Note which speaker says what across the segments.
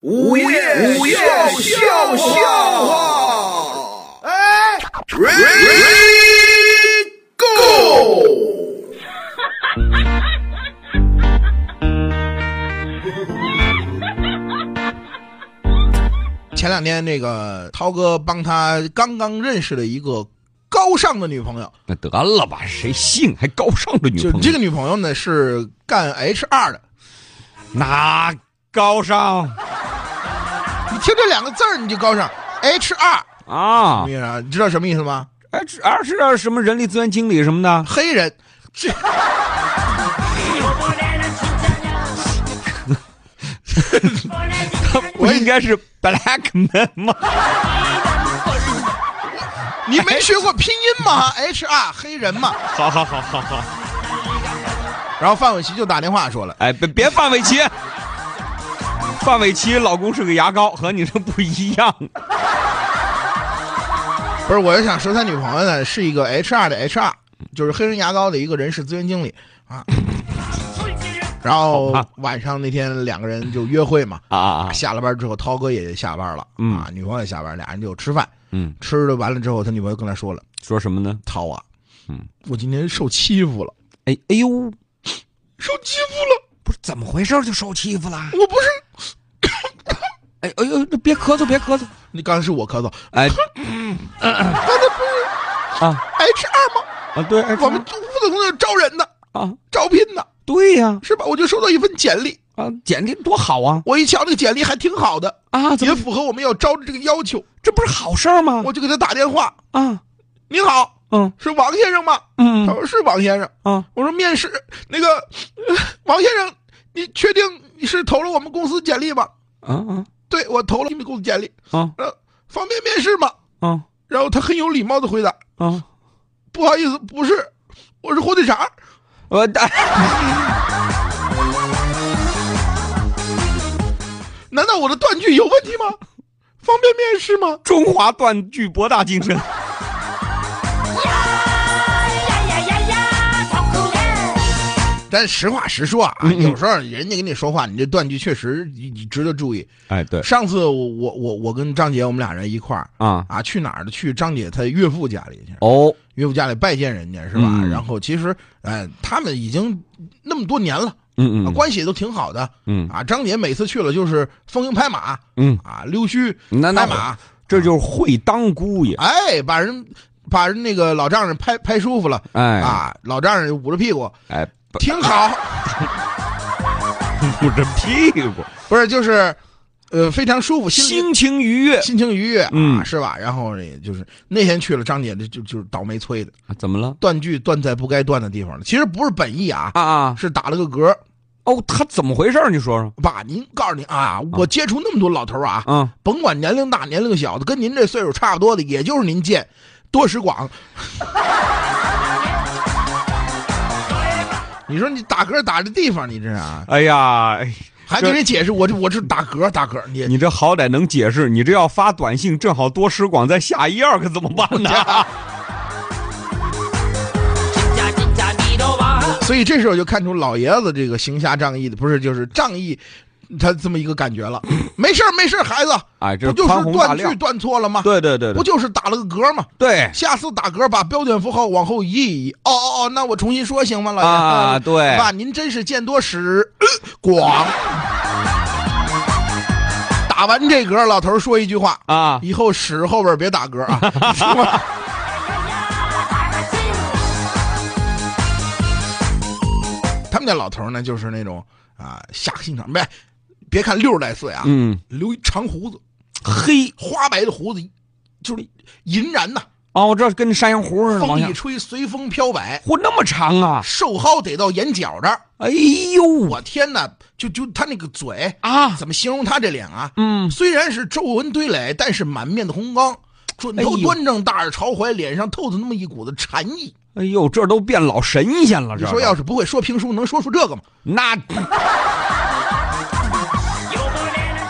Speaker 1: 午夜午夜笑笑话，哎，Ready Go！前两天那个涛哥帮他刚刚认识了一个高尚的女朋友，
Speaker 2: 那得了吧，谁信还高尚的女
Speaker 1: 就
Speaker 2: 朋友？
Speaker 1: 这个女朋友呢是干 HR 的，
Speaker 2: 哪高尚
Speaker 1: 你听这两个字儿你就高尚，HR
Speaker 2: 啊
Speaker 1: 明白啥？你知道什么意思吗？
Speaker 2: 哎，这二是啊什么人力资源经理什 么的，
Speaker 1: 黑人，这
Speaker 2: 不应该是 black man 吗？
Speaker 1: 你没学过拼音吗？HR 黑人嘛。
Speaker 2: 好好好好好，
Speaker 1: 然后范玮琪就打电话说了，
Speaker 2: 哎，别别范玮琪，范玮琪老公是个牙膏，和你这不一样。
Speaker 1: 不是，我就想说他女朋友呢是一个 HR 的 HR，就是黑人牙膏的一个人事资源经理啊。然后
Speaker 2: 好吧
Speaker 1: 晚上那天两个人就约会嘛，
Speaker 2: 啊啊啊！
Speaker 1: 下了班之后，涛哥也下班了，
Speaker 2: 嗯
Speaker 1: 啊，女朋友也下班，俩人就吃饭，
Speaker 2: 嗯，
Speaker 1: 吃的完了之后，他女朋友跟他说了，
Speaker 2: 说什么呢？
Speaker 1: 涛啊，
Speaker 2: 嗯，
Speaker 1: 我今天受欺负了，
Speaker 2: 哎哎呦，
Speaker 1: 受欺负
Speaker 2: 不是怎么回事就受欺负啦？
Speaker 1: 了，我不是，
Speaker 2: 哎哎呦，别咳嗽，别咳嗽。
Speaker 1: 你刚才是我咳嗽，
Speaker 2: 哎
Speaker 1: 刚才不是
Speaker 2: 啊
Speaker 1: HR 吗？
Speaker 2: 啊，对，哎
Speaker 1: 我们屋子同学招人的，
Speaker 2: 啊，
Speaker 1: 招聘的，
Speaker 2: 对呀、
Speaker 1: 是吧？我就收到一份简历，
Speaker 2: 啊，简历多好啊
Speaker 1: 我一瞧那个简历还挺好的，
Speaker 2: 啊，怎
Speaker 1: 也
Speaker 2: 么
Speaker 1: 符合我们要招的这个要求，
Speaker 2: 这不是好事儿吗？
Speaker 1: 我就给他打电话。
Speaker 2: 啊，
Speaker 1: 您好，
Speaker 2: 嗯
Speaker 1: 是王先生吗？
Speaker 2: 嗯
Speaker 1: 他说是王先生。
Speaker 2: 啊，
Speaker 1: 我说面试那个、呃王先生，你确定你是投了我们公司简历吗？
Speaker 2: 啊啊
Speaker 1: 对，我投了你们公司简历。
Speaker 2: 啊
Speaker 1: 呃，方便面试吗？
Speaker 2: 啊
Speaker 1: 然后他很有礼貌的回答
Speaker 2: 啊！：“
Speaker 1: 不好意思，不是，我是火腿肠。
Speaker 2: 我大，
Speaker 1: 难道我的断句有问题吗？方便面是吗？
Speaker 2: 中华断句博大精深。
Speaker 1: 咱实话实说啊，
Speaker 2: 嗯嗯
Speaker 1: 有时候人家跟你说话，你这断句确实你你值得注意。
Speaker 2: 哎，对
Speaker 1: 上次我我我我跟张姐我们俩人一块儿
Speaker 2: 啊，
Speaker 1: 啊，去哪儿呢？去张姐她岳父家里去，
Speaker 2: 哦，
Speaker 1: 岳父家里拜见人家是吧？
Speaker 2: 嗯
Speaker 1: 然后其实哎，他们已经那么多年了，
Speaker 2: 嗯
Speaker 1: 啊、
Speaker 2: 嗯，
Speaker 1: 关系也都挺好的
Speaker 2: 嗯
Speaker 1: 啊。张姐每次去了就是丰盈拍马
Speaker 2: 嗯，
Speaker 1: 啊，溜须
Speaker 2: 那
Speaker 1: 拍
Speaker 2: 那
Speaker 1: 马，
Speaker 2: 这就是会当姑爷，
Speaker 1: 哎，把人把人那个老丈人拍拍舒服了。
Speaker 2: 哎
Speaker 1: 啊，老丈人捂着屁股，
Speaker 2: 哎，
Speaker 1: 挺 好，
Speaker 2: 捂着屁股，
Speaker 1: 不是就是，呃，非常舒服，心里
Speaker 2: 心情愉悦。
Speaker 1: 心情愉悦啊，
Speaker 2: 嗯
Speaker 1: 是吧？然后呢，就是那天去了，张姐这就就是倒霉催的，
Speaker 2: 啊怎么了？
Speaker 1: 断句断在不该断的地方了。其实不是本意啊，
Speaker 2: 啊啊！
Speaker 1: 是打了个嗝。
Speaker 2: 哦，他怎么回事儿？你说说。
Speaker 1: 爸，您告诉您啊，我接触那么多老头儿啊，
Speaker 2: 啊，
Speaker 1: 甭管年龄大年龄小的，跟您这岁数差不多的，也就是您见多识广。 你说你打嗝打这地方，你这啊，
Speaker 2: 哎呀，哎
Speaker 1: 还跟人解释我这我这打嗝打嗝，你
Speaker 2: 你这好歹能解释，你这要发短信，正好多识广在下一页儿，可怎么办呢？
Speaker 1: 所以这时候就看出老爷子这个行侠仗义的，不是就是仗义，他这么一个感觉了。没事儿没事儿，孩子，
Speaker 2: 哎，这
Speaker 1: 不就
Speaker 2: 宽
Speaker 1: 是
Speaker 2: 宏大
Speaker 1: 断句
Speaker 2: 量。
Speaker 1: 断错了吗？
Speaker 2: 对对对
Speaker 1: 不
Speaker 2: 对
Speaker 1: 就是打了个嗝吗？
Speaker 2: 对
Speaker 1: 下次打嗝把标点符号往后移一移。哦哦哦，那我重新说行吗，老爷？
Speaker 2: 啊
Speaker 1: 嗯
Speaker 2: 对
Speaker 1: 爸，您真是见多识、呃广。打完这嗝，老头儿说一句话：
Speaker 2: 啊！
Speaker 1: 以后屎后边别打嗝啊， 是吧？他们家老头儿呢，就是那种啊，下个心肠，别别看六十来岁啊，
Speaker 2: 嗯，
Speaker 1: 留一长胡子，
Speaker 2: 嘿，
Speaker 1: 花白的胡子，就是银然呐、
Speaker 2: 哦，这跟山羊胡似的，往
Speaker 1: 风
Speaker 2: 下
Speaker 1: 一吹，随风飘摆，
Speaker 2: 嚯，那么长啊！
Speaker 1: 瘦蒿得到眼角这儿。
Speaker 2: 哎呦我
Speaker 1: 我天哪，就就他那个嘴，
Speaker 2: 啊，
Speaker 1: 怎么形容他这脸啊？
Speaker 2: 嗯，
Speaker 1: 虽然是皱纹堆垒，但是满面的红光，准头
Speaker 2: 哎呦
Speaker 1: 端正，大耳朝怀，脸上透着那么一股子禅意。
Speaker 2: 哎呦，这都变老神仙了，
Speaker 1: 你
Speaker 2: 这
Speaker 1: 说要是不会说评书，能说出这 个吗？
Speaker 2: 那，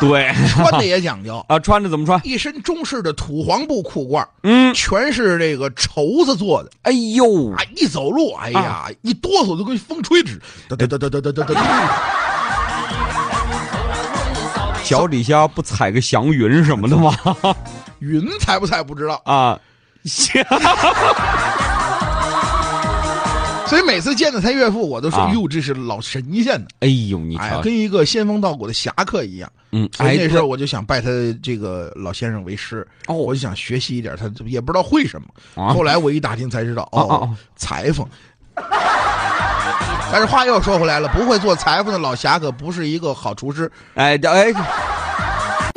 Speaker 2: 对，
Speaker 1: 穿的也讲究
Speaker 2: 啊，穿着怎么穿？
Speaker 1: 一身中式的土黄布裤褂，
Speaker 2: 嗯，
Speaker 1: 全是这个绸子做的。
Speaker 2: 哎呦
Speaker 1: 啊，一走路，哎
Speaker 2: 啊
Speaker 1: 呀，一哆嗦都跟风吹纸，哒哒哒哒哒哒哒哒。
Speaker 2: 脚底下不踩个祥云什么的吗？
Speaker 1: 云踩不踩不知道，
Speaker 2: 啊，
Speaker 1: 所以每次见到他岳父，我都说
Speaker 2: 啊
Speaker 1: 哟，这是老神仙呢，
Speaker 2: 哎呦，你
Speaker 1: 哎呀，
Speaker 2: 瞧，
Speaker 1: 跟一个仙风道骨的侠客一样。
Speaker 2: 嗯，
Speaker 1: 所
Speaker 2: 哎，
Speaker 1: 以那时
Speaker 2: 对
Speaker 1: 候我就想拜他这个老先生为师，
Speaker 2: 哦
Speaker 1: 我就想学习一点，他也不知道会什么。
Speaker 2: 啊
Speaker 1: 后来我一打听才知道，
Speaker 2: 啊啊
Speaker 1: 哦
Speaker 2: 啊，
Speaker 1: 裁缝。但是话又说回来了，不会做裁缝的老侠可不是一个好厨师。
Speaker 2: 哎哎，